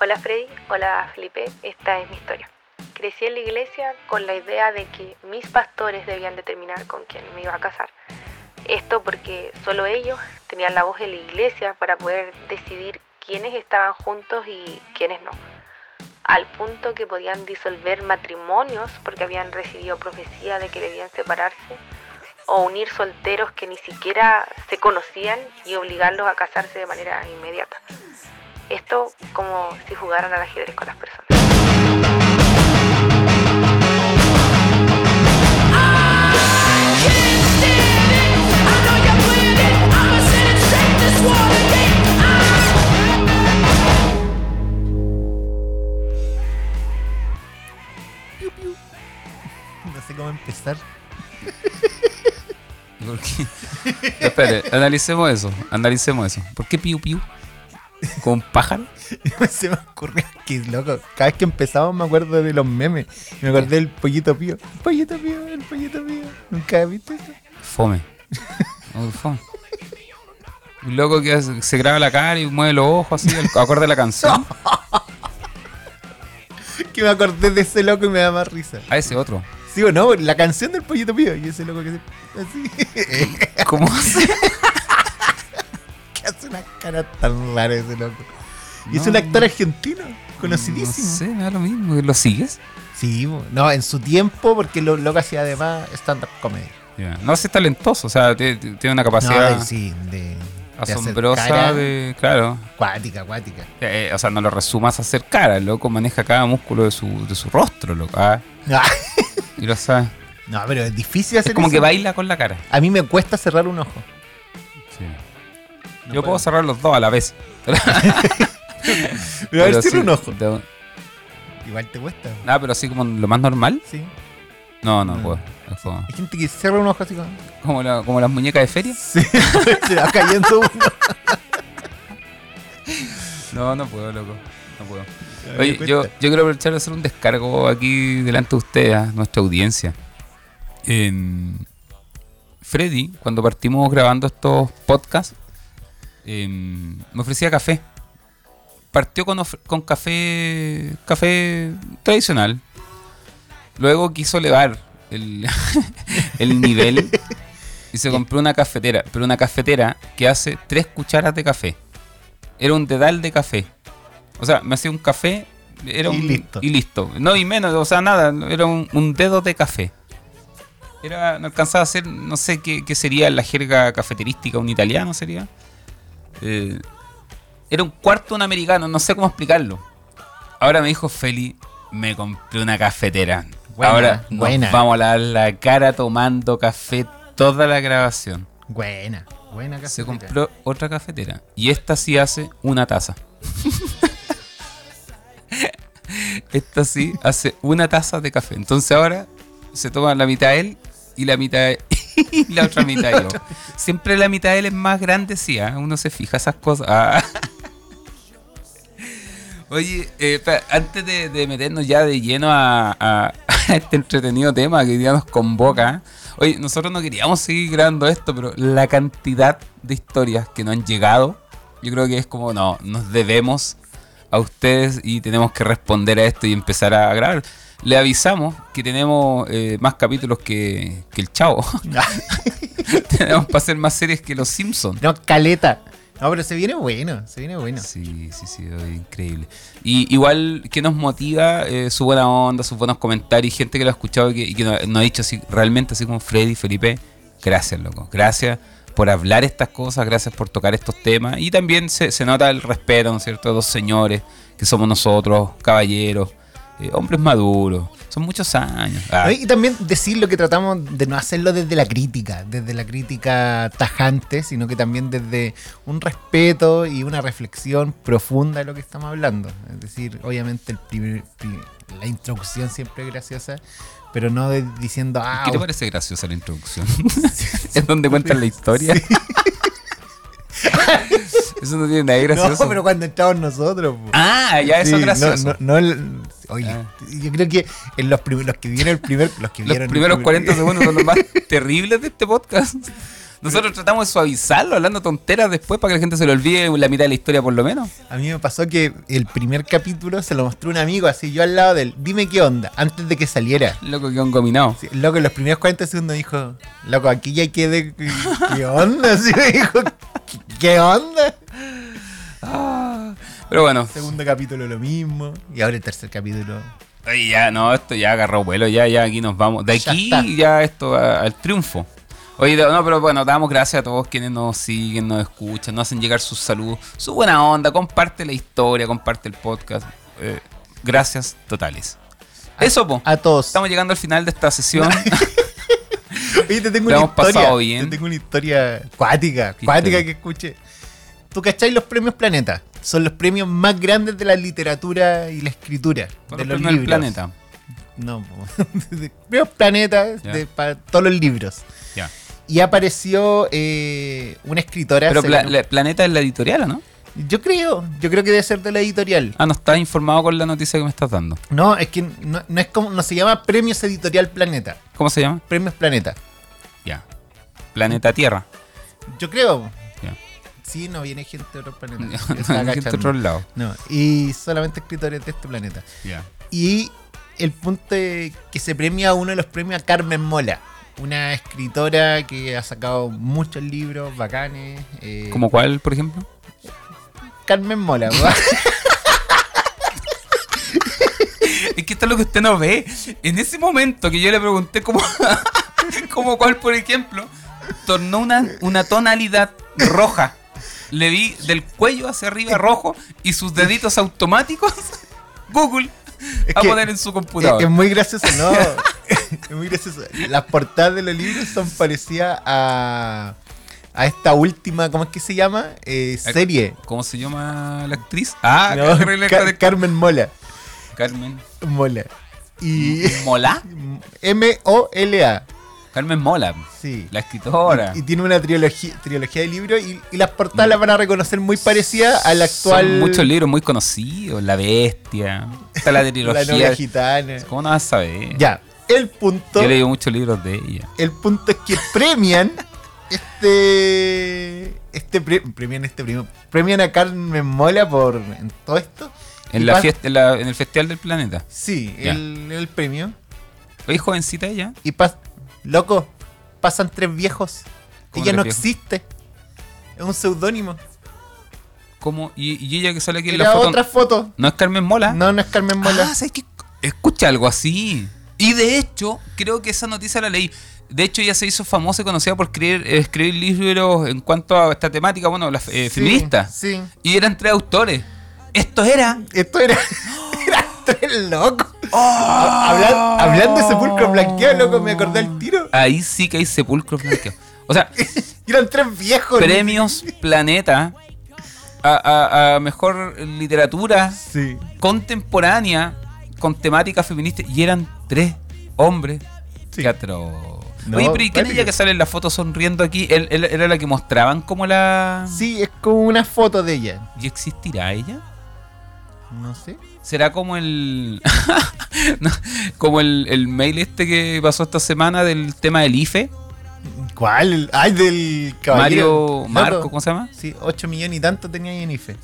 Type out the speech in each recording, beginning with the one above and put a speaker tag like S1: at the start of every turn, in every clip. S1: Hola Freddy, hola Felipe, esta es mi historia. Crecí en la iglesia con la idea de que mis pastores debían determinar con quién me iba a casar. Esto porque solo ellos tenían la voz en la iglesia para poder decidir quiénes estaban juntos y quiénes no. Al punto que podían disolver matrimonios porque habían recibido profecía de que debían separarse o unir solteros que ni siquiera se conocían y obligarlos a casarse de manera inmediata. Esto como si jugaran al ajedrez con las personas.
S2: No sé cómo empezar.
S3: ¿Por qué? Pero espere, analicemos eso, analicemos eso. ¿Por qué piu piu? ¿Con un pájaro?
S2: Se me ocurrió que loco. Cada vez que empezamos me acuerdo de los memes. Me acordé del pollito pío. El pollito pío, el pollito pío. Nunca he visto eso.
S3: Fome. Oh, fome. Un loco que hace- se graba la cara y mueve los ojos así, al acorde de la canción.
S2: Que me acordé de ese loco y me da más risa.
S3: A ese otro.
S2: ¿Sí o no? La canción del pollito pío. Y ese loco que se. Así.
S3: ¿Cómo hace?
S2: que hace unas caras tan raras ese loco. Y es
S3: No,
S2: un actor argentino. Conocidísimo.
S3: No sé, me da lo mismo. ¿Lo sigues?
S2: Sí, bo- no, en su tiempo, porque lo, loco hacía además stand-up comedy.
S3: Ya. No, si es talentoso, o sea, tie- tie- tiene una
S2: No,
S3: capacidad
S2: de- sí, de.
S3: asombrosa de. Claro.
S2: Cuática, cuática.
S3: Eh, o sea, no lo resumas a hacer cara, el loco maneja cada músculo de su, de su rostro, loco. Ah, y lo sabe.
S2: No, pero es difícil hacer
S3: Es como
S2: eso.
S3: que baila con la cara.
S2: A mí me cuesta cerrar un ojo.
S3: Yo puedo cerrar los dos a la vez.
S2: Pero a ver,
S3: sí,
S2: cierra un ojo.
S3: de-
S2: Igual te cuesta. bo.
S3: ah, pero así como lo más normal.
S2: Sí.
S3: No, no,
S2: No.
S3: puedo. Es como,
S2: Hay gente que cierra un ojo así como.
S3: como la- como las muñecas de feria.
S2: Sí, se va cayendo uno.
S3: No, no puedo, loco. No puedo.
S2: A mí
S3: Oye,
S2: me
S3: yo, yo
S2: cuesta.
S3: quiero aprovechar de hacer un descargo aquí delante de ustedes, a nuestra audiencia. Em, Freddy, cuando partimos grabando estos podcasts, em, me ofrecía café. Partió con, of- con café, café tradicional. Luego quiso elevar el, el nivel y se compró una cafetera, pero una cafetera que hace tres cucharas de café. Era un dedal de café. O sea, me hacía un café, era
S2: Y
S3: un
S2: listo.
S3: y listo. No y menos, o sea, nada, era un, un dedo de café. Era, no alcanzaba a ser, no sé qué, qué sería la jerga cafeterística, un italiano sería. Eh, era un cuarto un americano, no sé cómo explicarlo. Ahora me dijo Feli, me compré una cafetera.
S2: Buena,
S3: Ahora nos
S2: buena.
S3: vamos a lavar la cara tomando café toda la grabación.
S2: Buena, buena
S3: Se
S2: cafetera.
S3: compró otra cafetera y esta sí hace una taza. esta sí hace una taza de café. Entonces ahora se toma la mitad él y la mitad y la otra mitad yo. Siempre la mitad él es más grande, sí, ¿ah? uno se fija esas cosas. Ah. Oye, eh, pa- antes de, de meternos ya de lleno a, a- a este entretenido tema que hoy día nos convoca, oye, nosotros no queríamos seguir grabando esto, pero la cantidad de historias que nos han llegado, yo creo que es como, no, nos debemos a ustedes y tenemos que responder a esto y empezar a grabar. Le avisamos que tenemos eh, más capítulos que, que el Chavo. tenemos para hacer más series que Los Simpsons.
S2: No, caleta. No, pero se viene bueno, se viene bueno.
S3: Sí, sí, sí, oye, increíble. Y igual que nos motiva eh, su buena onda, sus buenos comentarios, y gente que lo ha escuchado y que, y que nos, nos ha dicho así, realmente así como Freddy, Felipe, gracias, loco. Gracias por hablar estas cosas, gracias por tocar estos temas. Y también se, se nota el respeto, ¿no es cierto?, de los señores que somos nosotros, caballeros, eh, hombres maduros. Son muchos años. Ah,
S2: Oye, Y también decir lo que tratamos de no hacerlo desde la crítica, desde la crítica tajante, sino que también desde un respeto y una reflexión profunda de lo que estamos hablando. Es decir, obviamente el primer- pri- la introducción siempre es graciosa, pero no de- diciendo, ah,
S3: ¿Qué te
S2: usted-
S3: parece graciosa la introducción? es donde cuentan la historia. Eso no tiene nada de gracioso.
S2: no, pero cuando entramos nosotros. po.
S3: Ah, ya eso
S2: Sí,
S3: es gracioso.
S2: No, no, no el- oye,
S3: Ah.
S2: yo creo que en los, prim- los que vieron el primer, los que
S3: Los
S2: vieron el
S3: primeros
S2: primer-
S3: 40 segundos son los más terribles de este podcast. Nosotros tratamos de suavizarlo hablando tonteras después para que la gente se lo olvide la mitad de la historia por lo menos.
S2: A mí me pasó que el primer capítulo se lo mostró un amigo, así yo al lado de él. Dime qué onda, antes de que saliera.
S3: Loco que han combinado.
S2: Sí, Loco, en los primeros 40 segundos dijo, loco, aquí ya quedé. ¿Qué onda? Así me dijo, "¿Qué- ¿qué onda?
S3: Pero bueno,
S2: Segundo capítulo lo mismo. Y ahora el tercer capítulo.
S3: Ay, ya, no, esto ya agarró vuelo, ya, ya, aquí nos vamos. De
S2: Ya
S3: aquí
S2: está.
S3: ya, esto va al triunfo. Oye, no, pero bueno, damos gracias a todos quienes nos siguen, nos escuchan, nos hacen llegar sus saludos, su buena onda, comparte la historia, comparte el podcast. Eh, gracias totales. Eso, po.
S2: A todos.
S3: Estamos llegando al final de esta sesión.
S2: Oye, te tengo
S3: La
S2: una
S3: hemos pasado
S2: historia.
S3: bien.
S2: Te tengo una historia cuática,
S3: ¿Qué
S2: cuática
S3: historia?
S2: que escuché. ¿Tú cacháis los premios Planeta? Son los premios más grandes de la literatura y la escritura.
S3: Con
S2: de los
S3: los premios del
S2: libros.
S3: planeta.
S2: No, po. De- premios Planeta
S3: Ya.
S2: de- para todos los libros.
S3: Ya.
S2: Y apareció eh, una escritora.
S3: Pero
S2: se
S3: Pla-
S2: ganó-
S3: la- Planeta es la editorial, ¿o no?
S2: Yo creo, yo creo que debe ser de la editorial.
S3: Ah, no estás informado con la noticia que me estás dando.
S2: No, es que no, no es como, no se llama Premios Editorial Planeta.
S3: ¿Cómo se llama?
S2: Premios Planeta.
S3: Ya. Planeta Tierra.
S2: Yo creo.
S3: Ya.
S2: Sí, no viene gente de otros planetas.
S3: No,
S2: Yo estaba
S3: hay gente de
S2: cachando.
S3: otro lado.
S2: No, y solamente escritores de este planeta.
S3: Ya.
S2: Y el punto es que se premia uno de los premios a Carmen Mola, una escritora que ha sacado muchos libros bacanes. eh,
S3: ¿Como cuál, por ejemplo?
S2: Carmen Mola, ¿verdad?
S3: Es que esto es lo que usted no ve. En ese momento que yo le pregunté cómo, cómo cuál, por ejemplo, tornó una, una tonalidad roja. Le vi del cuello hacia arriba rojo y sus deditos automáticos. Google
S2: Es
S3: a
S2: que-
S3: poner en su
S2: es,
S3: computador.
S2: es muy gracioso, ¿no? es muy gracioso. Las portadas de los libros son parecidas a, a esta última, ¿cómo es que se llama? Eh, serie.
S3: ¿Cómo se llama la actriz? Ah,
S2: No,
S3: Carmen Lecter-
S2: Car- Carmen Mola.
S3: Carmen
S2: Mola. Y.
S3: Mola.
S2: M-O-L-A.
S3: Carmen Mola,
S2: Sí.
S3: la escritora.
S2: Y, y tiene una trilogía, trilogía de libros y, y las portadas las van a reconocer muy parecidas a la actual.
S3: Son muchos libros muy conocidos. La Bestia. Está la
S2: La
S3: trilogía.
S2: novia gitana.
S3: ¿Cómo no vas a saber?
S2: Ya, el punto,
S3: Yo leí muchos libros de ella.
S2: el punto es que premian este. Este pre- premian este premio. Premian a Carmen Mola por en todo esto. Y
S3: En la
S2: pas-
S3: fiesta, en, la- en el Festival del Planeta.
S2: Sí,
S3: Ya.
S2: el, el premio.
S3: Oye, jovencita ella.
S2: Y pas. Loco, pasan tres viejos.
S3: ¿Cómo
S2: Ella
S3: tres
S2: no
S3: viejos?
S2: existe. Es un seudónimo.
S3: ¿Cómo? Y, y ella que sale aquí en la
S2: Era
S3: foto.
S2: otra foto.
S3: ¿No es Carmen Mola?
S2: No, no es Carmen Mola.
S3: Ah, ¿sabes qué? Escucha algo así. Y de hecho, creo que esa noticia la leí. De hecho, ella se hizo famosa y conocida por escribir, eh, escribir libros en cuanto a esta temática, bueno, la
S2: Sí,
S3: eh, feminista.
S2: Sí.
S3: Y eran tres autores. Esto era.
S2: Esto era. era esto era loco. Habla- hablando de sepulcro blanqueado, loco, me acordé el tiro.
S3: Ahí sí que hay sepulcro blanqueado. O sea,
S2: Eran tres viejos. ¿no?
S3: premios Planeta a, a- a mejor literatura
S2: Sí.
S3: contemporánea con temática feminista y eran tres hombres.
S2: Sí.
S3: Teatro.
S2: No,
S3: Oye, pero ¿y quién es
S2: práctica.
S3: ella que sale en la foto sonriendo aquí? Él, él- era la que mostraban como la.
S2: Sí, es como una foto de ella.
S3: ¿Y existirá ella?
S2: No sé.
S3: ¿Será como el. no, como el, el mail este que pasó esta semana del tema del IFE?
S2: ¿Cuál? El- Ay, del caballero.
S3: Mario
S2: Loco.
S3: Marco, ¿cómo se llama?
S2: Sí, 8 millones y tanto tenía ahí en IFE.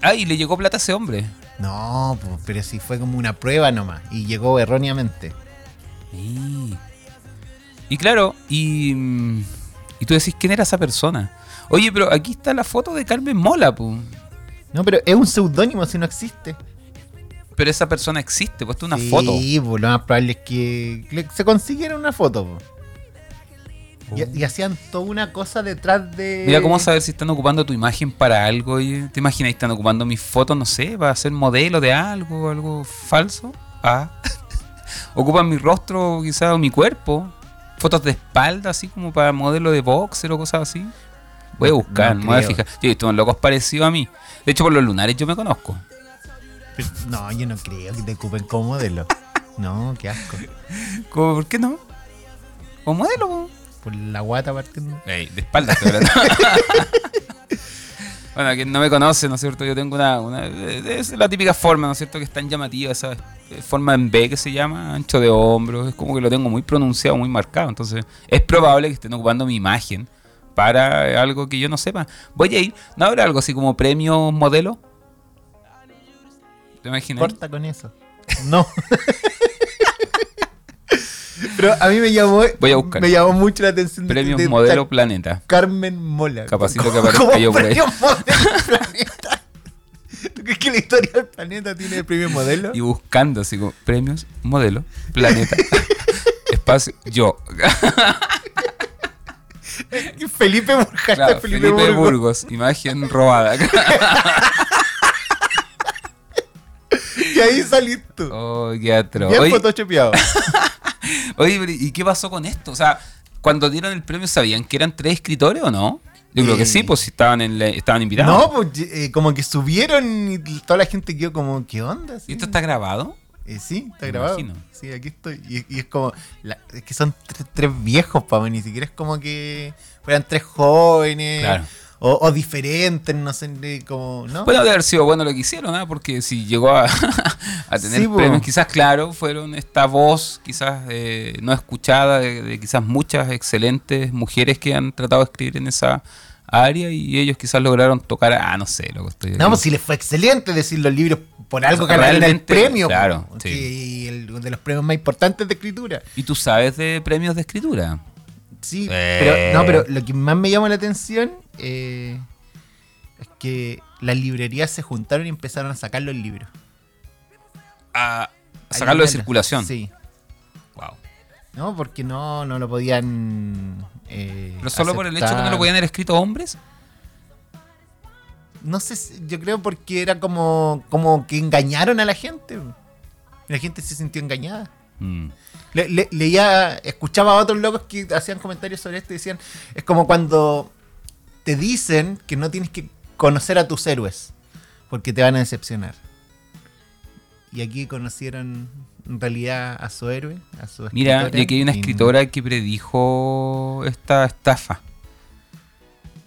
S3: Ah, y le llegó plata a ese hombre.
S2: No, pues, pero sí fue como una prueba nomás. Y llegó erróneamente.
S3: Y, y claro, y, mm, y tú decís quién era esa persona. Oye, pero aquí está la foto de Carmen Mola, pu.
S2: No, pero es un seudónimo si no existe.
S3: pero esa persona existe, pues esto es una
S2: sí,
S3: foto.
S2: pues lo más probable es que le- se consiguiera una foto. po. Y, y hacían toda una cosa detrás de.
S3: Oh. Mira cómo saber si están ocupando tu imagen para algo. oye? ¿Te imaginas? Están ocupando mis fotos, no sé, para ser modelo de algo, algo falso. Ah. Ocupan mi rostro, quizás, o mi cuerpo. Fotos de espalda, así como para modelo de boxer o cosas así. Voy a
S2: No-
S3: buscar,
S2: no
S3: me voy a
S2: creo.
S3: fijar. Yo he visto unos locos parecidos a mí. De hecho, por los lunares yo me conozco.
S2: No, yo no creo que te ocupen como modelo. No, qué asco.
S3: Como, ¿Por qué no? O modelo. po.
S2: Por la guata partiendo.
S3: Ey, de espaldas, estoy hablando. Bueno, quien no me conoce, ¿no es cierto? Yo tengo una, una- Es la típica forma, ¿no es cierto? Que es tan llamativa, esa eh, forma en B que se llama, ancho de hombros. Es como que lo tengo muy pronunciado, muy marcado. Entonces, es probable que estén ocupando mi imagen para eh, algo que yo no sepa. Voy a ir. ¿No habrá algo así como premio modelo? ¿Te imaginas?
S2: Corta con eso. No. Pero a mí me llamó,
S3: Voy a buscar.
S2: me llamó mucho la atención. de-
S3: Premio
S2: de esta
S3: modelo planeta.
S2: Carmen Mola.
S3: Capacito
S2: Como-
S3: que aparezca
S2: como
S3: yo por ahí.
S2: premio modelo del planeta. ¿Tú crees que la historia del planeta tiene premio modelo?
S3: Y buscando así como premios modelo planeta. Espacio, yo.
S2: Y Felipe Burjata,
S3: Claro,
S2: Este Felipe,
S3: Felipe,
S2: Burgos.
S3: Burgos. imagen robada.
S2: Y ahí saliste tú.
S3: oh, qué atroz.
S2: Bien
S3: Oye,
S2: photoshopeado.
S3: oye, pero ¿y qué pasó con esto? O sea, cuando dieron el premio, ¿sabían que eran tres escritores o no? Yo creo que
S2: Eh.
S3: sí, pues si estaban, en la- estaban invitados.
S2: No, pues eh, como que subieron y toda la gente quedó como, ¿qué onda?
S3: ¿Y esto está grabado?
S2: Eh, sí, está
S3: Me
S2: grabado.
S3: imagino.
S2: Sí, aquí estoy. Y, y es como. la- es que son tres, tres viejos, Pablo. Ni siquiera es como que fueran tres jóvenes.
S3: Claro.
S2: O, o diferentes, no sé, de como. ¿no?
S3: Bueno, debe haber sido bueno lo que hicieron, ¿ah? porque si llegó a, a tener
S2: Sí, po.
S3: premios, quizás, claro, fueron esta voz, quizás eh, no escuchada, de, de quizás muchas excelentes mujeres que han tratado de escribir en esa área y ellos quizás lograron tocar, ah, no sé, lo que estoy
S2: no, pues si les fue excelente decir los libros por algo ganaron el
S3: Realmente,
S2: premio.
S3: claro,
S2: po,
S3: sí.
S2: que- y el- uno de los premios más importantes de escritura.
S3: ¿Y tú sabes de premios de escritura?
S2: Sí,
S3: Eh.
S2: pero, no, pero lo que más me llama la atención eh, es que las librerías se juntaron y empezaron a sacar los libros.
S3: A sacarlo de
S2: Ayudarlas.
S3: circulación.
S2: Sí.
S3: Wow.
S2: No, porque no, no lo podían. eh,
S3: Pero solo por el hecho que no
S2: aceptar.
S3: lo podían haber escrito hombres.
S2: No sé, si- yo creo porque era como, como que engañaron a la gente. La gente se sintió engañada.
S3: Mm.
S2: Le- le- leía, escuchaba a otros locos que hacían comentarios sobre esto y decían: es como cuando te dicen que no tienes que conocer a tus héroes porque te van a decepcionar. Y aquí conocieron en realidad a su héroe, a su
S3: Mira,
S2: escritora,
S3: y aquí hay una
S2: y-
S3: escritora que predijo esta estafa.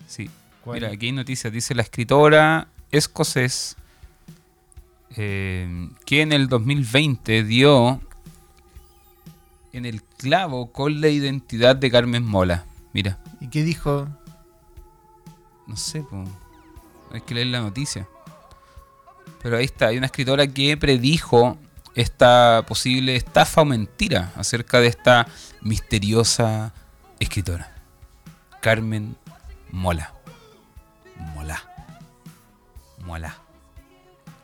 S3: Sí.
S2: ¿Cuál?
S3: Mira, aquí hay noticias. Dice la escritora escocés eh, que en el 2020 dio en el clavo con la identidad de Carmen Mola. Mira.
S2: ¿Y qué dijo?
S3: No sé, po. hay que leer la noticia. Pero ahí está, hay una escritora que predijo esta posible estafa o mentira acerca de esta misteriosa escritora. Carmen Mola. Mola. Mola.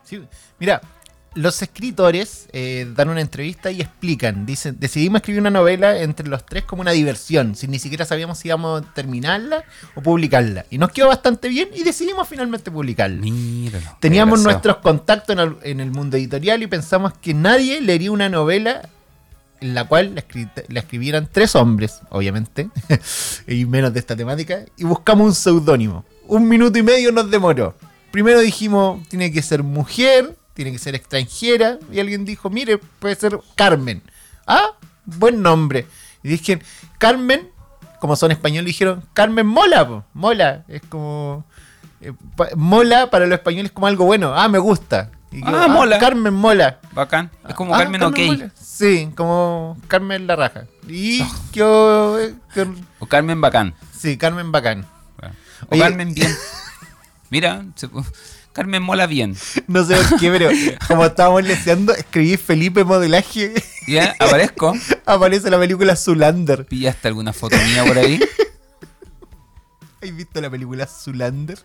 S2: Sí, mira, los escritores eh, dan una entrevista y explican. Dicen, decidimos escribir una novela entre los tres como una diversión, sin ni siquiera sabíamos si íbamos a terminarla o publicarla. Y nos quedó bastante bien y decidimos finalmente publicarla.
S3: Míralo.
S2: Teníamos
S3: desgraciado.
S2: nuestros contactos en el, en el mundo editorial y pensamos que nadie leería una novela en la cual la, escrita- la escribieran tres hombres, obviamente, y menos de esta temática, y buscamos un seudónimo. Un minuto y medio nos demoró. Primero dijimos, tiene que ser mujer, tiene que ser extranjera, y alguien dijo, mire, puede ser Carmen. Ah, buen nombre. Y dijeron, Carmen, como son españoles, dijeron, Carmen mola, po, mola, es como... eh, pa- mola para los españoles como algo bueno. Ah, me gusta. Y
S3: Ah, mola.
S2: Carmen mola.
S3: Bacán. Es como
S2: Ah,
S3: Carmen, OK.
S2: Mola. Sí, como Carmen La Raja. Y
S3: Oh.
S2: yo. eh, que-
S3: O Carmen Bacán.
S2: Sí, Carmen Bacán.
S3: Claro. O
S2: Oye.
S3: Carmen Bien. Mira, se- Carmen Mola Bien.
S2: No sé por qué, pero como estábamos leseando, escribí Felipe Modelaje.
S3: Ya aparezco.
S2: Aparece la película Zulander.
S3: ¿Pillaste alguna foto mía por ahí?
S2: ¿Has visto la película Zulander?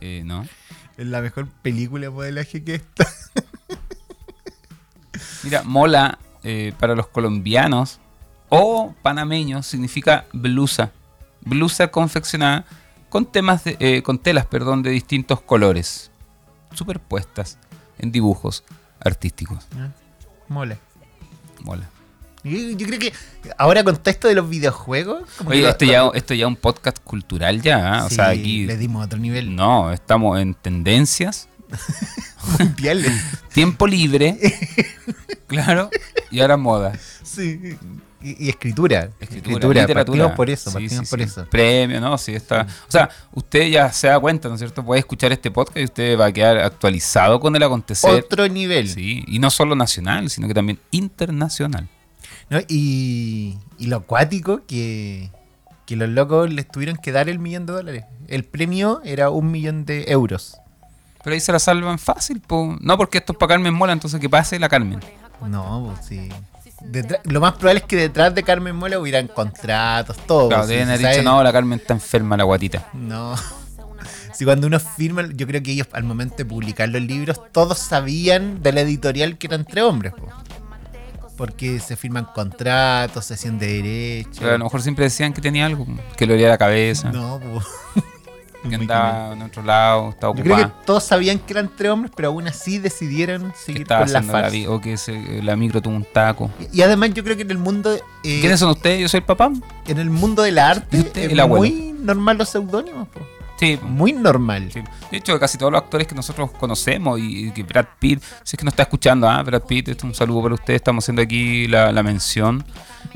S3: Eh, no.
S2: Es la mejor película de modelaje que está.
S3: Mira, mola eh, para los colombianos o panameños significa blusa. Blusa confeccionada con, temas de- eh, con telas perdón, de distintos colores, superpuestas en dibujos artísticos.
S2: Mola.
S3: Mola.
S2: Yo, yo creo que ahora con todo esto de los videojuegos. como que
S3: Oye,
S2: lo-
S3: esto ya, esto ya es un podcast cultural ya, ¿ah? o
S2: Sí,
S3: sea, aquí...
S2: Le dimos otro nivel.
S3: No, estamos en tendencias,
S2: Mundiales.
S3: tiempo libre, claro, y ahora moda.
S2: Sí. y, y escritura.
S3: Escritura, literatura.
S2: Partimos por eso,
S3: Sí,
S2: partimos
S3: sí,
S2: por
S3: sí.
S2: eso.
S3: Premio, ¿no? Sí, está. O sea, usted ya se da cuenta, ¿no es cierto? Puede escuchar este podcast y usted va a quedar actualizado con el acontecer.
S2: Otro nivel.
S3: Sí, y no solo nacional, sino que también internacional.
S2: ¿no? Y, y lo acuático que, que los locos les tuvieron que dar el millón de dólares. El premio era un millón de euros.
S3: Pero ahí se la salvan fácil, po. No, porque esto es para Carmen Mola, entonces que pase la Carmen.
S2: No, pues sí. Detrás- lo más probable es que detrás de Carmen Mola hubieran contratos, todo.
S3: Claro,
S2: pues,
S3: deben
S2: sí,
S3: haber
S2: se
S3: dicho,
S2: sabe-
S3: no, la Carmen está enferma, la guatita.
S2: No. Si cuando uno firma, yo creo que ellos al momento de publicar los libros, todos sabían de la editorial que era entre hombres. po. Porque se firman contratos, se hacen de derecho.
S3: Pero a lo mejor siempre decían que tenía algo, que le olía la cabeza,
S2: No, po.
S3: que andaba en otro lado, estaba
S2: Yo creo que
S3: ocupada.
S2: todos sabían que eran tres hombres, pero aún así decidieron
S3: Que
S2: seguir
S3: estaba
S2: con la
S3: haciendo la
S2: farsa.
S3: vi- o que se- la micro tuvo un taco.
S2: y, y además yo creo que en el mundo eh,
S3: ¿Quiénes son ustedes? Yo soy el papá.
S2: en el mundo del arte
S3: ¿Y usted,
S2: es
S3: el abuelo?
S2: muy normal los seudónimos, po.
S3: Sí,
S2: muy normal.
S3: sí. De hecho, casi todos los actores que nosotros conocemos y, y que Brad Pitt, si es que no está escuchando, ah, Brad Pitt, esto es un saludo para usted, estamos haciendo aquí la, la mención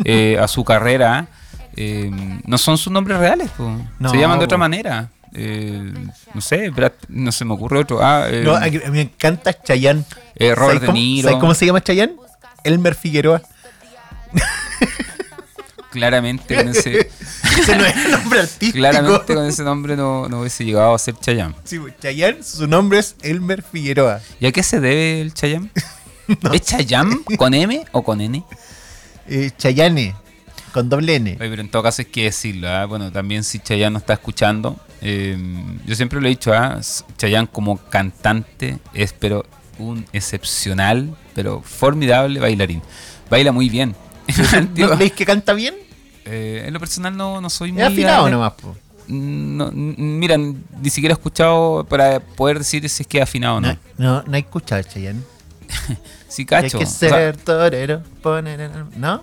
S3: eh, a su carrera, eh, no son sus nombres reales, po.
S2: No,
S3: se llaman de otra
S2: po.
S3: manera. Eh, no sé, Brad, no se me ocurre otro. Ah, eh,
S2: No, a- a mí me encanta Chayanne.
S3: Eh, Robert
S2: ¿Sabes cómo-
S3: De Niro.
S2: ¿Sabes cómo se llama Chayanne? Elmer Figueroa.
S3: claramente con ese,
S2: Ese no es el nombre artístico.
S3: claramente con ese nombre no, no hubiese llegado a ser Chayam.
S2: Sí, pues, Chayanne, su nombre es Elmer Figueroa.
S3: ¿Y a qué se debe el Chayam? ¿Es Chayam con M o con N?
S2: Eh, Chayanne, con doble N.
S3: Oye, pero en todo caso es que decirlo, ¿ah? bueno, también si Chayanne no está escuchando, eh, yo siempre lo he dicho, ¿ah? S- Chayanne como cantante es pero un excepcional, pero formidable bailarín. Baila muy bien. El tío,
S2: ¿No creéis que canta bien?
S3: eh, en lo personal no, no soy muy...
S2: Es afinado
S3: ah,
S2: nomás, po.
S3: no, n- mira, ni siquiera he escuchado para poder decir si es que es afinado o no.
S2: No, no, no he escuchado a Chayanne.
S3: Sí,
S2: Hay
S3: cacho.
S2: que
S3: o sea,
S2: ser torero, poner en el- ¿No?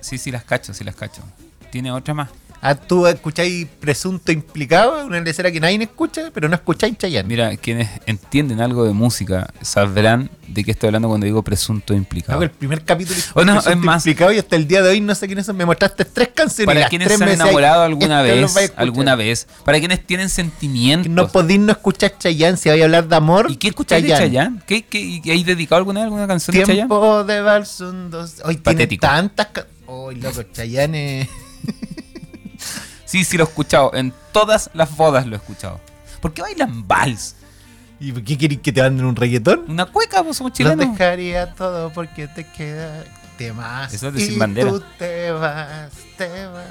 S3: Sí, sí, las cacho, sí, las cacho. Tiene otra más.
S2: Ah, tú escucháis presunto implicado, una lecera que nadie escucha, pero no escucháis Chayanne.
S3: Mira, quienes entienden algo de música sabrán de qué estoy hablando cuando digo presunto
S2: Hago
S3: implicado.
S2: el primer capítulo y-
S3: Oh, no,
S2: presunto
S3: es más.
S2: implicado y hasta el día de hoy no sé quiénes son. Me mostraste tres canciones. y
S3: para
S2: las
S3: quienes
S2: tres
S3: se han
S2: me decías,
S3: enamorado alguna
S2: "Esto lo vais a
S3: vez,
S2: escuchar".
S3: alguna vez, para quienes tienen
S2: Que
S3: sentimientos.
S2: No podéis no escuchar Chayanne si vais a hablar de amor.
S3: ¿Y qué escucháis de Chayanne? ¿Qué, qué, y- y hay dedicado alguna vez alguna canción de Chayanne?
S2: Tiempo de vals un dos. Hoy tiene
S3: Patético.
S2: tantas. ca- Hoy, loco, Chayanne. es-
S3: Sí, sí, lo he escuchado. En todas las bodas lo he escuchado. ¿Por qué bailan vals?
S2: ¿Y por qué queréis que te manden un reggaetón?
S3: Una cueca, pues somos
S2: Lo
S3: chilenos.
S2: dejaría todo porque te queda temas.
S3: Eso es de
S2: y
S3: Sin Bandera.
S2: Tú te vas, te vas.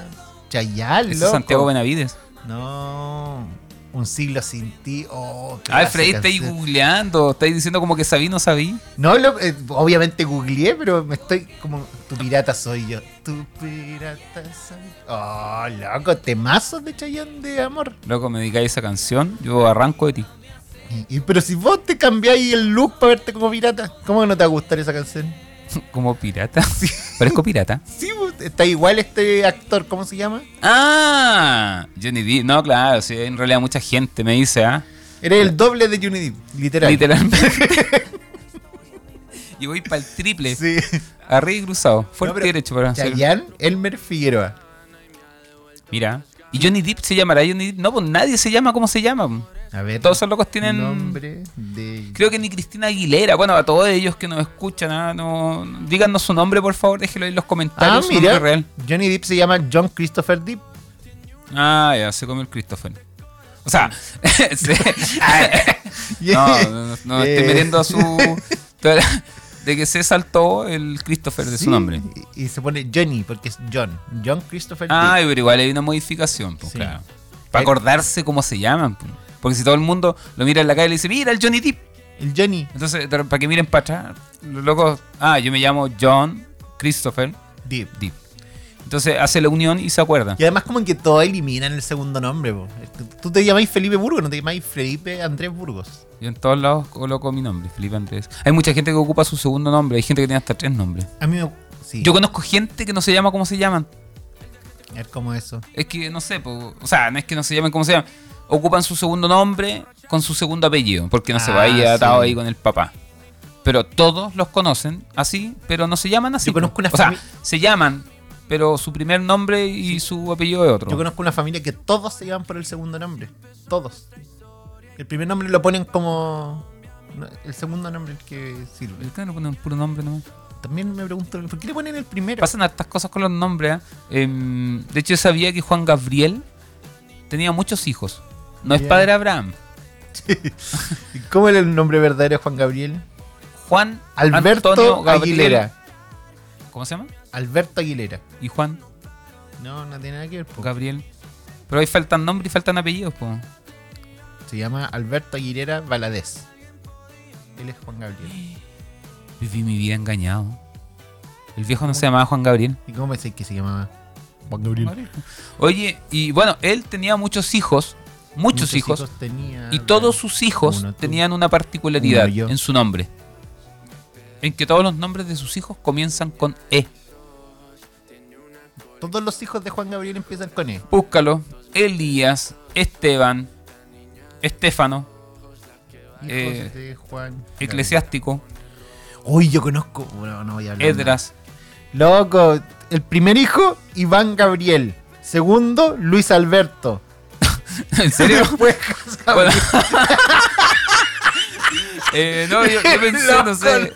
S2: Chayal,
S3: Ese es
S2: loco.
S3: Santiago Benavides.
S2: No. Un siglo sin ti. Oh, qué
S3: Ay, Freddy,
S2: clase
S3: estáis
S2: canción.
S3: googleando. Estáis diciendo como que sabí, no sabí.
S2: No, lo- eh, obviamente googleé, pero me estoy como. Tu pirata soy yo. Tu pirata soy Oh, loco, temazos de Chayanne de amor.
S3: Loco, me dedicáis esa canción, yo arranco de ti.
S2: Y, pero si vos te cambiáis el look para verte como pirata, ¿cómo que no te va a gustar esa canción?
S3: Como pirata. Parezco pirata.
S2: Sí, vos- está igual este actor, ¿cómo se llama?
S3: ¡Ah! Johnny Depp. No, claro, sí, en realidad mucha gente me dice, ¿ah?
S2: Eres el doble de Johnny Depp, literal.
S3: Literalmente. y voy para el triple.
S2: Sí.
S3: Arriba y cruzado. Fuerte
S2: pero
S3: derecho para hacer.
S2: Chayanne Elmer Figueroa.
S3: Mira. ¿Y Johnny Depp se llamará Johnny Depp? No, pues nadie se llama como se llama. pues.
S2: A ver.
S3: Todos esos locos tienen.
S2: Nombre de.
S3: Creo que ni Cristina Aguilera. Bueno, a todos ellos que nos escuchan, ah, no, díganos su nombre, por favor. Déjenlo ahí en los
S2: Ah,
S3: comentarios. su
S2: mira.
S3: nombre real.
S2: Johnny Depp se llama John Christopher Depp.
S3: Ah, ya, se comió el Christopher. O sea, se- no, no, no, no, estoy
S2: Ah, Eh.
S3: metiendo a su. De que se saltó el Christopher de
S2: Sí,
S3: su nombre.
S2: Y, y se pone Johnny porque es John. John Christopher
S3: Ah,
S2: Depp.
S3: pero igual hay una modificación, pues
S2: Sí.
S3: claro. Para acordarse cómo se llaman. pues. Porque si todo el mundo lo mira en la calle y le dice, mira el Johnny Depp.
S2: El Johnny
S3: Entonces, pero para que miren para atrás, los locos, ah, yo me llamo John Christopher
S2: Depp.
S3: Depp. Entonces hace la unión y se acuerdan.
S2: Y además como que todos eliminan el segundo nombre. po. Tú te llamáis Felipe Burgos, no te llamáis Felipe Andrés Burgos.
S3: Yo en todos lados coloco mi nombre, Felipe Andrés. Hay mucha gente que ocupa su segundo nombre, hay gente que tiene hasta tres nombres.
S2: A mí me... Sí.
S3: Yo conozco gente que no se llama como se llaman.
S2: A ver cómo es eso.
S3: Es que no sé, po, o sea, no es que no se llamen como se llaman. Ocupan su segundo nombre con su segundo apellido, porque no se
S2: Ah,
S3: va ahí atado
S2: sí.
S3: ahí con el papá. Pero todos los conocen así, pero no se llaman así.
S2: Yo conozco
S3: po.
S2: una
S3: o sea,
S2: fami-
S3: se llaman pero su primer nombre y su apellido es otro.
S2: Yo conozco una familia que todos se iban por el segundo nombre. Todos. El primer nombre lo ponen como. no, El segundo nombre el que sirve.
S3: ¿Por qué no le ponen puro nombre nomás?
S2: También me pregunto, ¿por qué le ponen el primero?
S3: Pasan hartas cosas con los nombres. ¿ah? Em, de hecho, yo sabía que Juan Gabriel tenía muchos hijos. No es
S2: Ya.
S3: padre Abraham.
S2: ¿Y ¿Cómo era el nombre verdadero de Juan Gabriel?
S3: Juan
S2: Alberto
S3: Antonio Gabriel-
S2: Aguilera.
S3: ¿Cómo se llama?
S2: Alberto Aguilera.
S3: Y Juan
S2: No, no tiene nada que ver. po.
S3: Gabriel. Pero ahí faltan nombres y faltan apellidos, po.
S2: Se llama Alberto Aguilera Valadez. Él es Juan Gabriel.
S3: Viví mi vida engañado. El viejo no se llamaba Juan Gabriel.
S2: ¿Y cómo pensé que se llamaba? Juan Gabriel.
S3: Oye, y bueno, él tenía muchos hijos, muchos, hijos,
S2: tenía,
S3: y todos
S2: bueno,
S3: sus hijos
S2: Ah, uno tú.
S3: tenían una particularidad
S2: Uno yo.
S3: en su nombre. En que todos los nombres de sus hijos comienzan con E.
S2: Todos los hijos de Juan Gabriel empiezan con E.
S3: Búscalo. Elías, Esteban, Estefano,
S2: Hijos
S3: Eh,
S2: de Juan.
S3: Eclesiástico,
S2: Gabriel. Uy, yo conozco. Bueno, no voy a hablar.
S3: Edras.
S2: nada. Loco, el primer hijo, Iván Gabriel. Segundo, Luis Alberto.
S3: ¿En serio?
S2: Después,
S3: Bueno. Eh, no, yo, yo pensé, no sé.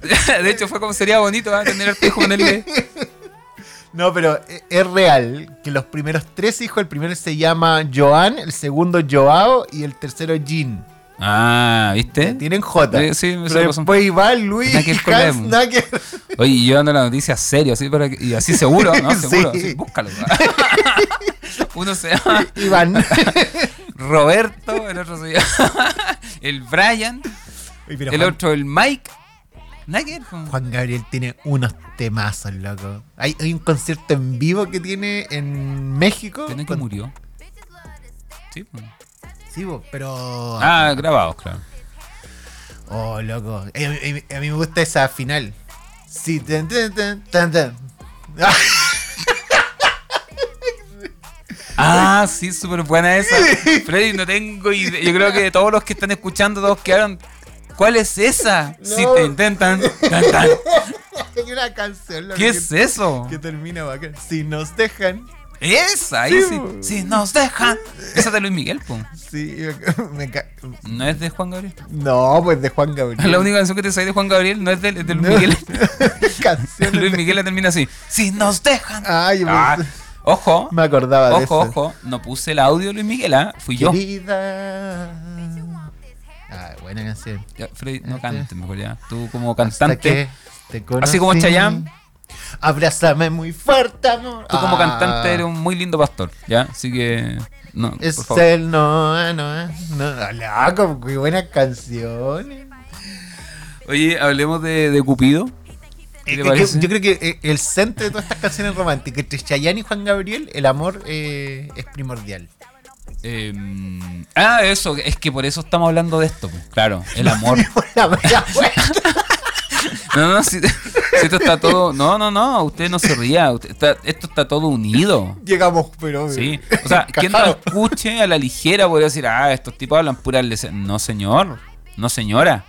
S3: De hecho, fue como sería bonito ¿eh? tener a tu hijo con el E.
S2: No, pero e- es real que los primeros tres hijos, el primero se llama Joan, el segundo Joao y el tercero Jean.
S3: Ah, ¿viste?
S2: Tienen J.
S3: Sí, Eh, sí, me
S2: pero
S3: suena razón.
S2: después Iván, Luis,
S3: Nada que ver con
S2: Hans,
S3: Lem.
S2: nada que ver.
S3: Oye, y yo dando la noticia serio, así para que- y así seguro, ¿no? Seguro,
S2: Sí.
S3: así, búscalo. Uno se llama
S2: Iván.
S3: Roberto, el otro se llama el Brian,
S2: Oye, pero
S3: el
S2: Juan,
S3: otro el Mike. Nada que ver con-
S2: Juan Gabriel tiene unos temazos, loco. Hay, hay un concierto en vivo que tiene en México.
S3: ¿Tiene que
S2: Con-
S3: murió? Sí, pues.
S2: Sí, bo, pero...
S3: Ah, grabados, claro.
S2: Oh, loco. Eh, A mí, a mí me gusta esa final. Sí, tan, tan, tan, tan, tan.
S3: Ah, sí, súper buena esa. Freddy, no tengo idea. Yo creo que de todos los que están escuchando, todos quedaron. ¿Cuál es esa? Si
S2: No.
S3: te intentan. tan, tan.
S2: Hay una canción, loco, que-
S3: ¿Qué es eso?
S2: que termina bacán. Si nos dejan.
S3: Esa, ahí
S2: Sí,
S3: sí.
S2: po.
S3: Sí, nos dejan. Esa de Luis Miguel, po.
S2: Sí, me ca-
S3: No es de Juan Gabriel.
S2: No, pues de Juan Gabriel.
S3: La única canción que te sabes de Juan Gabriel no es de, es de Luis
S2: No.
S3: Miguel.
S2: Canciones
S3: Luis
S2: de-
S3: Miguel la termina así. Si nos dejan.
S2: Ay, yo
S3: Ah,
S2: pensé-
S3: ojo,
S2: me acordaba de eso.
S3: ojo, ojo. No puse el audio de Luis Miguel, ¿ah? Fui yo.
S2: Querida. Ah, buena canción.
S3: Ya, Freddy, no
S2: Este.
S3: cantes, mejor ya. Tú como
S2: Hasta
S3: cantante.
S2: que te
S3: Así como
S2: conocí.
S3: Chayanne.
S2: Abrázame muy fuerte, amor.
S3: Tú como
S2: Ah, Este.
S3: cantante eres un muy lindo pastor, ¿ya? Así que. No,
S2: Es
S3: por favor.
S2: el no, no, no. Loco, qué buenas canciones.
S3: Oye, hablemos de, de Cupido.
S2: Eh,
S3: ¿Qué te
S2: eh, que-
S3: parece?
S2: yo creo que eh, el centro de todas estas canciones románticas, entre Chayanne y Juan Gabriel, el amor eh, es primordial.
S3: Eh, ah, eso, es que por eso estamos hablando de esto. pues. Claro, el amor.
S2: La wea, wea.
S3: No, no, si, si esto está todo. No, no, no, usted no se ría. usted está- esto está todo unido.
S2: Llegamos, pero. eh,
S3: Sí. O sea, quien no
S2: Cajado.
S3: escuche a la ligera podría decir, ah, estos tipos hablan pura lese-". No, señor. No, señora.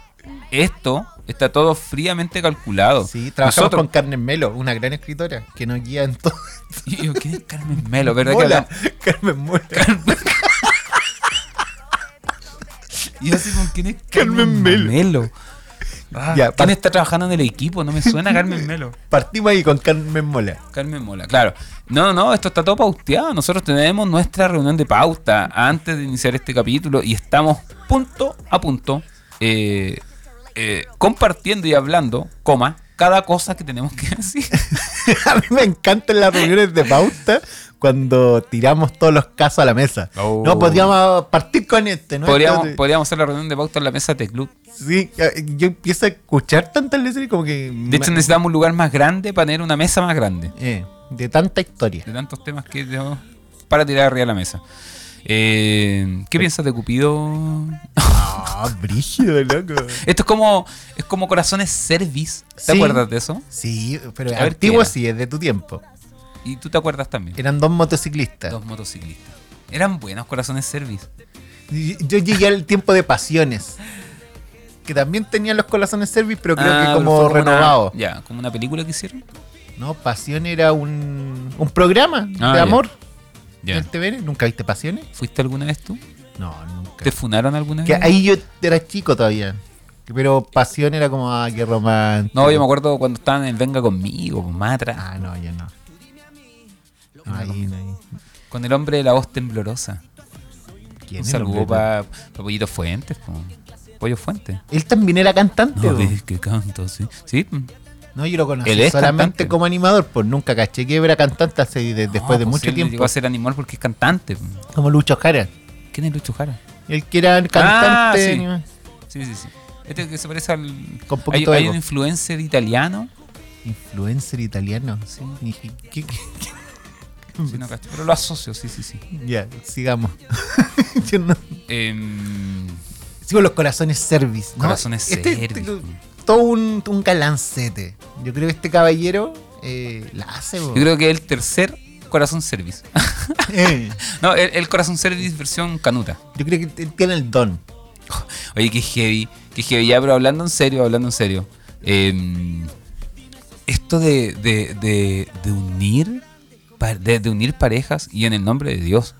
S3: Esto está todo fríamente calculado.
S2: Sí, trabajamos
S3: Nosotros-
S2: con Carmen Melo, una gran escritora que nos guía en todo.
S3: Y yo, ¿quién es Carmen Melo? ¿Verdad que
S2: Mola,
S3: hablan-
S2: Carmen Mola.
S3: Y yo así, ¿con quién es
S2: Carmen
S3: Carmen,
S2: Melo?
S3: Melo? Ah,
S2: Ya,
S3: ¿Quién
S2: pa-
S3: está trabajando en el equipo? No me suena Carmen Melo.
S2: Partimos ahí con Carmen Mola.
S3: Carmen Mola, claro. No, no, esto está todo pausteado. Nosotros tenemos nuestra reunión de pauta antes de iniciar este capítulo y estamos punto a punto eh, eh, compartiendo y hablando, coma, cada cosa que tenemos que decir.
S2: a mí me encantan las reuniones de pauta cuando tiramos todos los casos a la mesa.
S3: Oh.
S2: No, podríamos partir con este, ¿no?
S3: Podríamos,
S2: Entonces,
S3: podríamos hacer la reunión de pauta en la mesa de club.
S2: sí, eh, yo empiezo a escuchar tantas letras y como que.
S3: De hecho, necesitamos un lugar más grande para tener una mesa más grande.
S2: Eh, de tanta historia.
S3: De tantos temas que tenemos para tirar arriba de la mesa. Eh, ¿Qué piensas de Cupido?
S2: Ah, brígido, loco.
S3: Esto es como, es como Corazones Service. ¿Te
S2: Sí.
S3: acuerdas de eso?
S2: Sí, pero
S3: A ver,
S2: antiguo
S3: ¿qué era?
S2: sí, es de tu tiempo.
S3: Y tú te acuerdas también.
S2: Eran dos motociclistas.
S3: Dos motociclistas. Eran buenos corazones service.
S2: Y- Yo llegué al tiempo de pasiones. Que también tenían los corazones service, pero creo
S3: Ah,
S2: que
S3: pero
S2: como
S3: fue una-
S2: renovado.
S3: ya, como una película que hicieron.
S2: ¿no? Pasión era un, un programa
S3: Ah,
S2: de
S3: ya.
S2: amor
S3: Ya.
S2: del TVN. ¿Nunca viste Pasiones?
S3: ¿Fuiste alguna vez tú?
S2: No, nunca.
S3: ¿Te funaron alguna
S2: Que
S3: vez?
S2: ahí yo era chico todavía. Pero pasión era como, ah, qué romántico.
S3: No, yo me acuerdo cuando estaban en Venga Conmigo, pues, más atrás,
S2: Ah, no, yo no. No, ahí, no, ahí.
S3: con el hombre de la voz temblorosa.
S2: ¿Quién era
S3: Un
S2: el
S3: saludo
S2: hombre?
S3: para Pollito Fuentes, po. Pollo Fuentes.
S2: Él también era cantante.
S3: No,
S2: No,
S3: ves que canto, sí. Sí, mm.
S2: no yo lo conocí
S3: Él es
S2: solamente
S3: cantante.
S2: como animador, pues nunca caché que era cantante hace, de- después de
S3: No, pues,
S2: mucho
S3: él
S2: tiempo.
S3: Llegó a ser animal porque es cantante. po.
S2: Como Lucho Jara.
S3: ¿Quién es Lucho Jara?
S2: El que era el cantante.
S3: Ah, sí.
S2: ni-
S3: Sí, sí, sí. Este que se parece al.
S2: Con poquito
S3: hay,
S2: de
S3: hay
S2: ego.
S3: un influencer italiano.
S2: Influencer italiano.
S3: Sí.
S2: Y dije, ¿qué- qué- Mm.
S3: Sí, no cacho, pero lo asocio, sí, sí, sí.
S2: Ya, sigamos. Yo no-
S3: Em,
S2: Sigo los corazones service. ¿no?
S3: Corazones
S2: Este-
S3: Service,
S2: este-
S3: po.
S2: todo un, un galancete. Yo creo que este caballero eh, la hace. po.
S3: yo creo que es el tercer Corazón Service.
S2: Eh,
S3: no, el, el Corazón Service versión canuta.
S2: yo creo que él tiene el don.
S3: Oye, qué heavy, qué heavy. Ya, pero hablando en serio, hablando en serio. em, esto de, de, de, de unir pa- de, de unir parejas y en el nombre de Dios.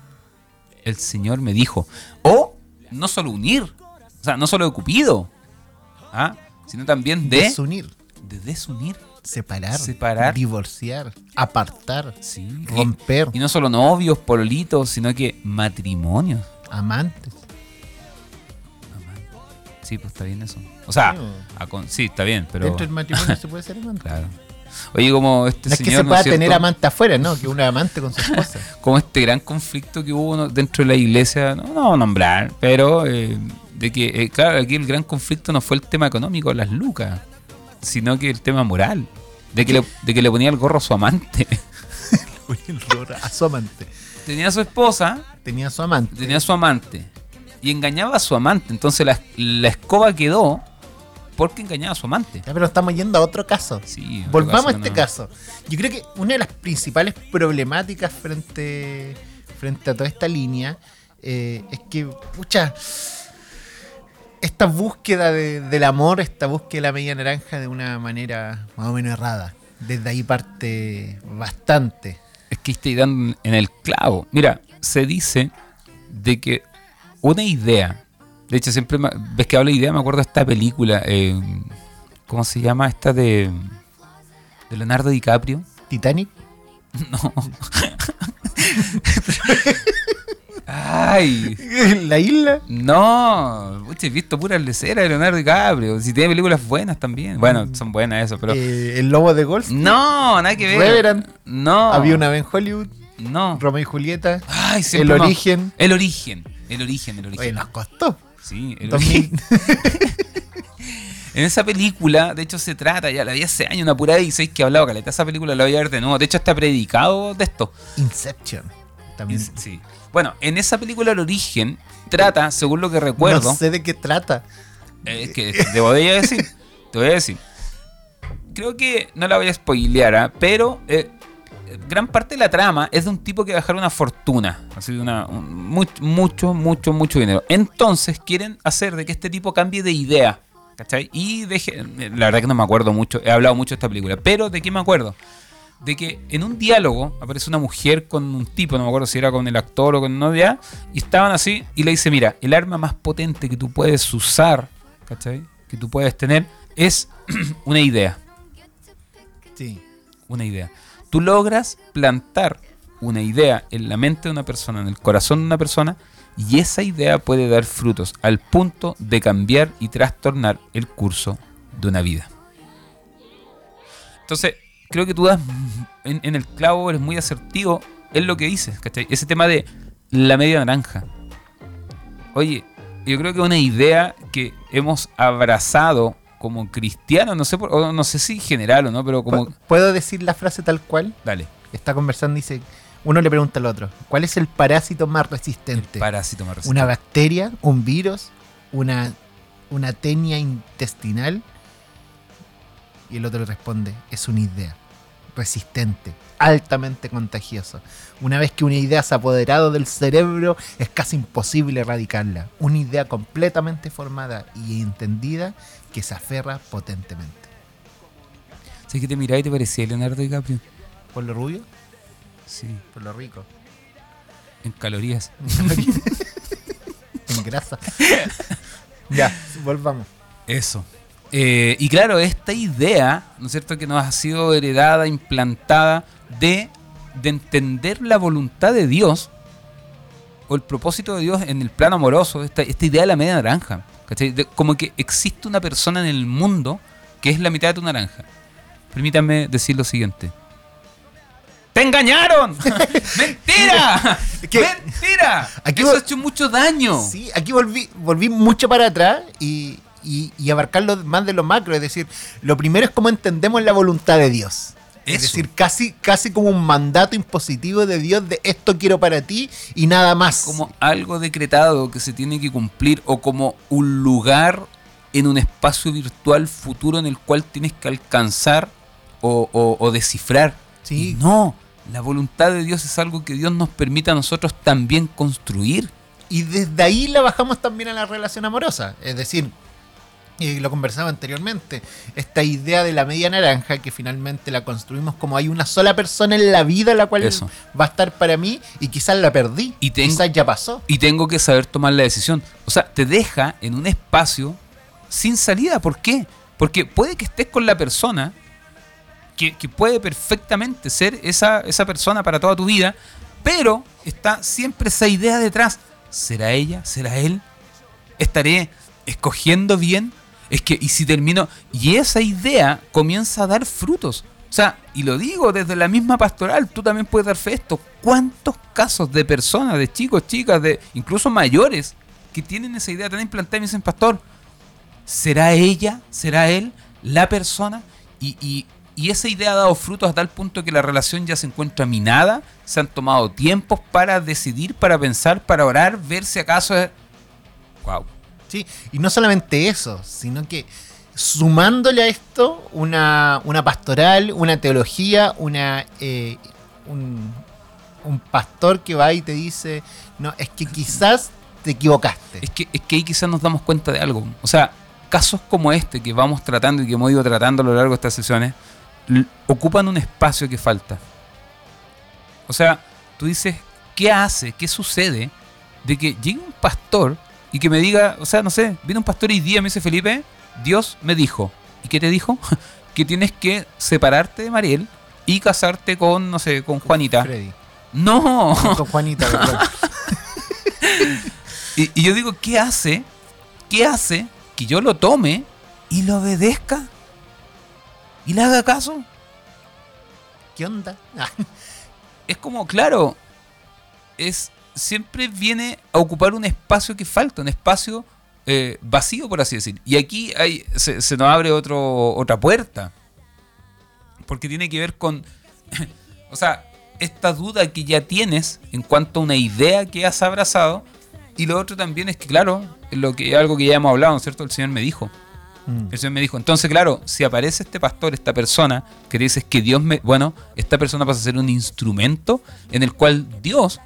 S3: El Señor me dijo. O no solo unir, o sea, no solo de Cupido, ¿ah? sino también de,
S2: Desunir,
S3: de desunir.
S2: separar,
S3: Separar.
S2: divorciar, apartar,
S3: Sí.
S2: Romper.
S3: Y, y no solo novios, pololitos, sino que matrimonios.
S2: amantes.
S3: Sí, pues está bien eso. O sea,
S2: Sí,
S3: a con- sí, está bien, pero.
S2: Dentro del matrimonio se puede ser amante.
S3: Claro. Oye, como este
S2: No es que
S3: señor,
S2: se
S3: ¿no
S2: pueda
S3: es cierto?
S2: tener amante afuera, ¿no? Que una amante con su esposa.
S3: como este gran conflicto que hubo ¿no? dentro de la iglesia, no, no vamos a nombrar, pero eh, de que, eh, claro, aquí el gran conflicto no fue el tema económico, las lucas, sino que el tema moral, de que le, de que le ponía el gorro a su amante.
S2: a su amante.
S3: tenía a su esposa,
S2: Tenía su amante.
S3: tenía a su amante, y engañaba a su amante, entonces la, la escoba quedó porque engañaba a su amante.
S2: Ya, pero estamos yendo a otro caso.
S3: Sí, otro
S2: Volvamos a
S3: que
S2: este
S3: no-
S2: caso. Yo creo que una de las principales problemáticas frente, frente a toda esta línea eh, es que, pucha, esta búsqueda de- del amor, esta búsqueda de la media naranja de una manera más o menos errada. Desde ahí parte bastante.
S3: Es que estoy dando en el clavo. Mira, se dice de que una idea, de hecho siempre me- ves que hablo de idea, me acuerdo de esta película, eh, ¿cómo se llama? Esta de, de Leonardo DiCaprio.
S2: Titanic,
S3: No. Ay,
S2: la isla.
S3: no, Pucha, he visto puras leceras de Leonardo DiCaprio. Si tiene películas buenas también. Bueno, son buenas esas, pero...
S2: Mm. eh, el lobo de golf.
S3: No, nada que ver.
S2: Reverend.
S3: No.
S2: Había una vez en Hollywood.
S3: No. Ah,
S2: Romeo y Julieta.
S3: Ay,
S2: el
S3: siempre me-
S2: origen.
S3: El origen, el origen, el origen.
S2: Oye, nos costó.
S3: Sí, el
S2: 2000.
S3: origen. En esa película, de hecho, se trata, ya la vi hace años, una pura de 16 que hablaba, caleta, esa película la voy a ver de nuevo. De hecho, está predicado de esto.
S2: Inception. También.
S3: Es- Sí. Bueno, en esa película, el origen trata, según lo que recuerdo,
S2: No sé de qué trata.
S3: eh, es que te voy a decir, te voy a decir. Creo que no la voy a spoilear, ¿ah? pero eh, gran parte de la trama es de un tipo que va a dejar una fortuna, así de una, un- mucho, mucho, mucho, mucho dinero. Entonces quieren hacer de que este tipo cambie de idea, ¿cachai? Y deje, la verdad que no me acuerdo mucho, he hablado mucho de esta película, pero ¿de qué me acuerdo? De que en un diálogo aparece una mujer con un tipo, no me acuerdo si era con el actor o con novia, y estaban así, y le dice, mira, el arma más potente que tú puedes usar, ¿cachai? Que tú puedes tener es una idea
S2: Sí.
S3: una idea. Tú logras plantar una idea en la mente de una persona, en el corazón de una persona, y esa idea puede dar frutos al punto de cambiar y trastornar el curso de una vida. Entonces, creo que tú das en, en el clavo, eres muy asertivo en lo que dices, ¿cachai? Ese tema de la media naranja. Oye, yo creo que una idea que hemos abrazado como cristianos, no sé, por- o no sé si general o no, pero como...
S2: ¿Pu- ¿Puedo decir la frase tal cual?
S3: Dale.
S2: Está conversando y dice, uno le pregunta al otro, ¿cuál es el parásito más resistente?
S3: Parásito más
S2: ¿Una bacteria? ¿Un virus? ¿Una, una tenia intestinal? Y el otro le responde, es una idea, resistente, altamente contagioso. Una vez que una idea se ha apoderado del cerebro, es casi imposible erradicarla. Una idea completamente formada y entendida que se aferra potentemente.
S3: ¿Sabes que te miraba y te parecía Leonardo DiCaprio?
S2: ¿Por lo rubio?
S3: Sí,
S2: Por lo rico.
S3: en calorías.
S2: En grasa. ya, volvamos.
S3: Eso. Eh, y claro, esta idea, ¿no es cierto?, que nos ha sido heredada, implantada, de, de entender la voluntad de Dios o el propósito de Dios en el plano amoroso, esta, esta idea de la media naranja. ¿cachai? De- como que existe una persona en el mundo que es la mitad de tu naranja. Permítanme decir lo siguiente. ¡Te engañaron! ¡Mentira!
S2: Que-
S3: ¡Mentira!
S2: Aquí
S3: Eso
S2: va-
S3: ha hecho mucho daño.
S2: Sí, aquí volví, volví mucho para atrás y, y, y abarcarlo más de lo macro. Es decir, lo primero es cómo entendemos la voluntad de Dios. Es
S3: Eso.
S2: decir, casi, casi como un mandato impositivo de Dios de esto quiero para ti y nada más.
S3: como algo decretado que se tiene que cumplir o como un lugar en un espacio virtual futuro en el cual tienes que alcanzar o, o- o descifrar.
S2: Sí.
S3: Y No, la voluntad de Dios es algo que Dios nos permite a nosotros también construir.
S2: Y desde ahí la bajamos también a la relación amorosa. Es decir, y lo conversaba anteriormente, esta idea de la media naranja que finalmente la construimos como hay una sola persona en la vida la cual
S3: Eso.
S2: va a estar para mí y quizás la perdí.
S3: Y tengo-
S2: quizás ya pasó.
S3: Y tengo que saber tomar la decisión. O sea, te deja en un espacio sin salida. ¿Por qué? Porque puede que estés con la persona que, que puede perfectamente ser esa, esa persona para toda tu vida, pero está siempre esa idea detrás. ¿Será ella? ¿Será él? ¿Estaré escogiendo bien? Es que, ¿y si termino? Y esa idea comienza a dar frutos. O sea, y lo digo desde la misma pastoral, tú también puedes dar fe a esto. ¿Cuántos casos de personas, de chicos, chicas, de incluso mayores, que tienen esa idea tan implantada y me dicen, pastor, ¿Será ella? ¿Será él? ¿La persona? Y, y- y esa idea ha dado frutos a tal punto que la relación ya se encuentra minada. Se han tomado tiempos para decidir, para pensar, para orar, ver si acaso es... ¡Wow!
S2: Sí, y no solamente eso, sino que sumándole a esto una, una pastoral, una teología, una eh, un, un pastor que va y te dice, no, es que quizás te equivocaste.
S3: Es que, es que ahí quizás nos damos cuenta de algo. O sea, casos como este que vamos tratando y que hemos ido tratando a lo largo de estas sesiones, l- ocupan un espacio que falta. O sea, tú dices, ¿qué hace? ¿Qué sucede? De que llegue un pastor y que me diga, o sea, no sé, viene un pastor y día me dice, Felipe, Dios me dijo. ¿Y qué te dijo? que tienes que separarte de Mariel y casarte con, no sé, con Juanita.
S2: Freddy,
S3: No,
S2: con Juanita, perdón.
S3: Y, y yo digo, ¿qué hace? ¿Qué hace que yo lo tome y lo obedezca? ¿Y le haga caso?
S2: ¿Qué onda? Ah,
S3: Es como, claro, es siempre viene a ocupar un espacio que falta, un espacio eh, vacío, por así decir. Y aquí hay, se, se nos abre otro, otra puerta. Porque tiene que ver con, o sea, esta duda que ya tienes en cuanto a una idea que has abrazado. Y lo otro también es que, claro, lo que, algo que ya hemos hablado, ¿no es cierto? El Señor me dijo.
S2: mm.
S3: El Señor me dijo, entonces claro, si aparece este pastor, esta persona, que te dices que Dios me... Bueno, esta persona pasa a ser un instrumento en el cual Dios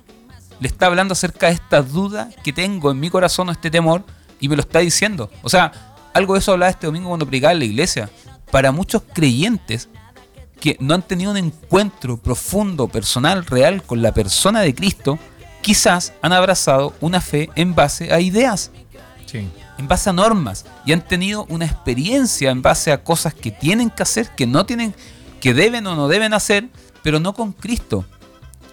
S3: le está hablando acerca de esta duda que tengo en mi corazón o este temor y me lo está diciendo. O sea, algo de eso hablaba este domingo cuando predicaba en la iglesia. Para muchos creyentes que no han tenido un encuentro profundo, personal, real con la persona de Cristo, quizás han abrazado una fe en base a ideas
S2: Sí.
S3: en base a normas y han tenido una experiencia en base a cosas que tienen que hacer, que no tienen, que deben o no deben hacer, pero no con Cristo.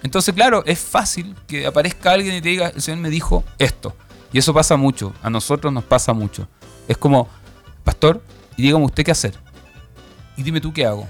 S3: Entonces, claro, es fácil que aparezca alguien y te diga, el Señor me dijo esto. Y eso pasa mucho, a nosotros nos pasa mucho. Es como, pastor, y dígame usted qué hacer. Y dime tú qué hago.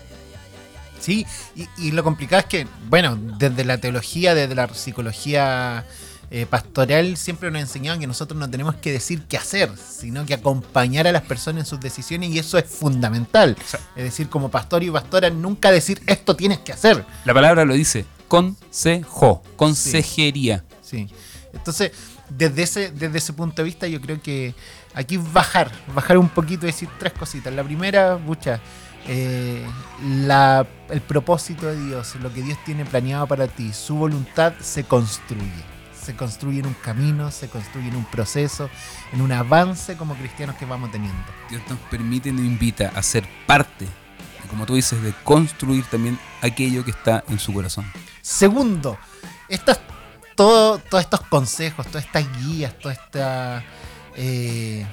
S2: Sí, y, y lo complicado es que, bueno, desde la teología, desde la psicología eh, pastoral, siempre nos enseñaban que nosotros no tenemos que decir qué hacer, sino que acompañar a las personas en sus decisiones y eso es fundamental.
S3: O sea,
S2: Es decir, como pastor y pastora, nunca decir esto tienes que hacer.
S3: la palabra lo dice, consejo, consejería.
S2: Sí. Entonces, desde ese, desde ese punto de vista, yo creo que aquí bajar, bajar un poquito y decir tres cositas. La primera, mucha, la, el propósito de Dios, lo que Dios tiene planeado para ti, su voluntad se construye. Se construye en un camino, se construye en un proceso, en un avance como cristianos que vamos teniendo.
S3: Dios nos permite y nos invita a ser parte, como tú dices, de construir también aquello que está en su corazón.
S2: Segundo, estas, todo, todos estos consejos, todas estas guías, todas estas eh,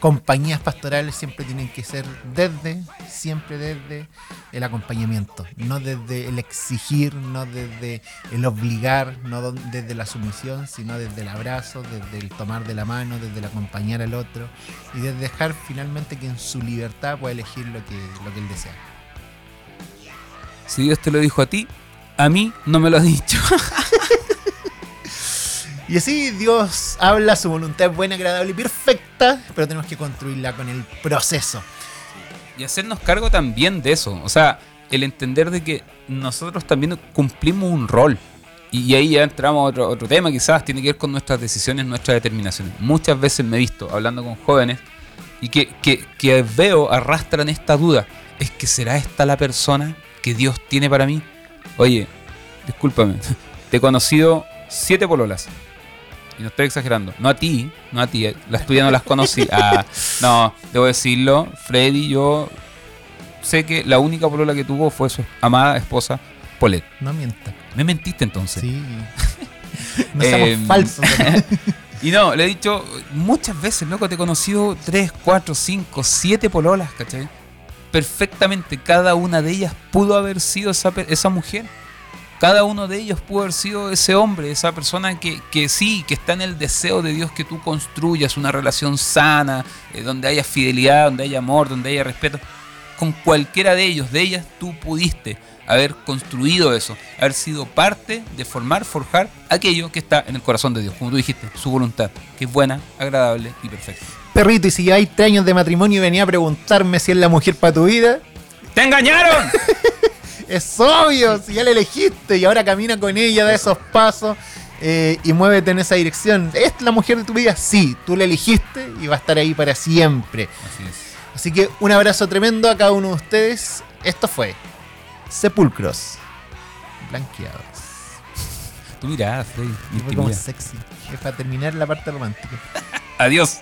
S2: compañías pastorales siempre tienen que ser desde, siempre desde el acompañamiento, no desde el exigir, no desde el obligar, no do- desde la sumisión, sino desde el abrazo, desde el tomar de la mano, desde el acompañar al otro y desde dejar finalmente que en su libertad pueda elegir lo que, lo que él desea.
S3: Si Dios te lo dijo a ti, a mí no me lo ha dicho.
S2: Y así Dios habla, su voluntad es buena, agradable y perfecta, pero tenemos que construirla con el proceso.
S3: Y hacernos cargo también de eso. O sea, el entender de que nosotros también cumplimos un rol. Y, y ahí ya entramos a otro, otro tema, quizás, tiene que ver con nuestras decisiones, nuestras determinaciones. Muchas veces me he visto hablando con jóvenes y que, que- que veo arrastran esta duda. ¿Es que será esta la persona que Dios tiene para mí? Oye, discúlpame, te he conocido siete pololas. Y no estoy exagerando. No a ti, no a ti. Las tuyas no las conocí. Ah, no, debo decirlo. Freddy, yo sé que la única polola que tuvo fue su amada esposa, Polet.
S2: No mienta.
S3: Me mentiste entonces.
S2: Sí. No seamos
S3: Em,
S2: falsos. ¿no?
S3: Y no, le he dicho muchas veces, loco, te he conocido 3, 4, 5, 7 pololas, ¿cachai? Perfectamente, cada una de ellas pudo haber sido esa, pe- esa mujer. Cada uno de ellos pudo haber sido ese hombre, esa persona que, que sí, que está en el deseo de Dios que tú construyas una relación sana, eh, donde haya fidelidad, donde haya amor, donde haya respeto. Con cualquiera de ellos, de ellas, tú pudiste haber construido eso, haber sido parte de formar, forjar aquello que está en el corazón de Dios, como tú dijiste, su voluntad, que es buena, agradable y perfecta.
S2: Perrito, y si lleváis tres años de matrimonio y venía a preguntarme si es la mujer para tu vida,
S3: ¡Te engañaron!
S2: es obvio, si ya la elegiste y ahora camina con ella, da esos pasos eh, y muévete en esa dirección. ¿Es la mujer de tu vida? Sí, tú la elegiste y va a estar ahí para siempre.
S3: Así es.
S2: Así que un abrazo tremendo a cada uno de ustedes. Esto fue Sepulcros Blanqueados.
S3: Tú mirada, Freddy. mi
S2: Fue como
S3: timidez.
S2: sexy. Es para terminar la parte romántica.
S3: Adiós.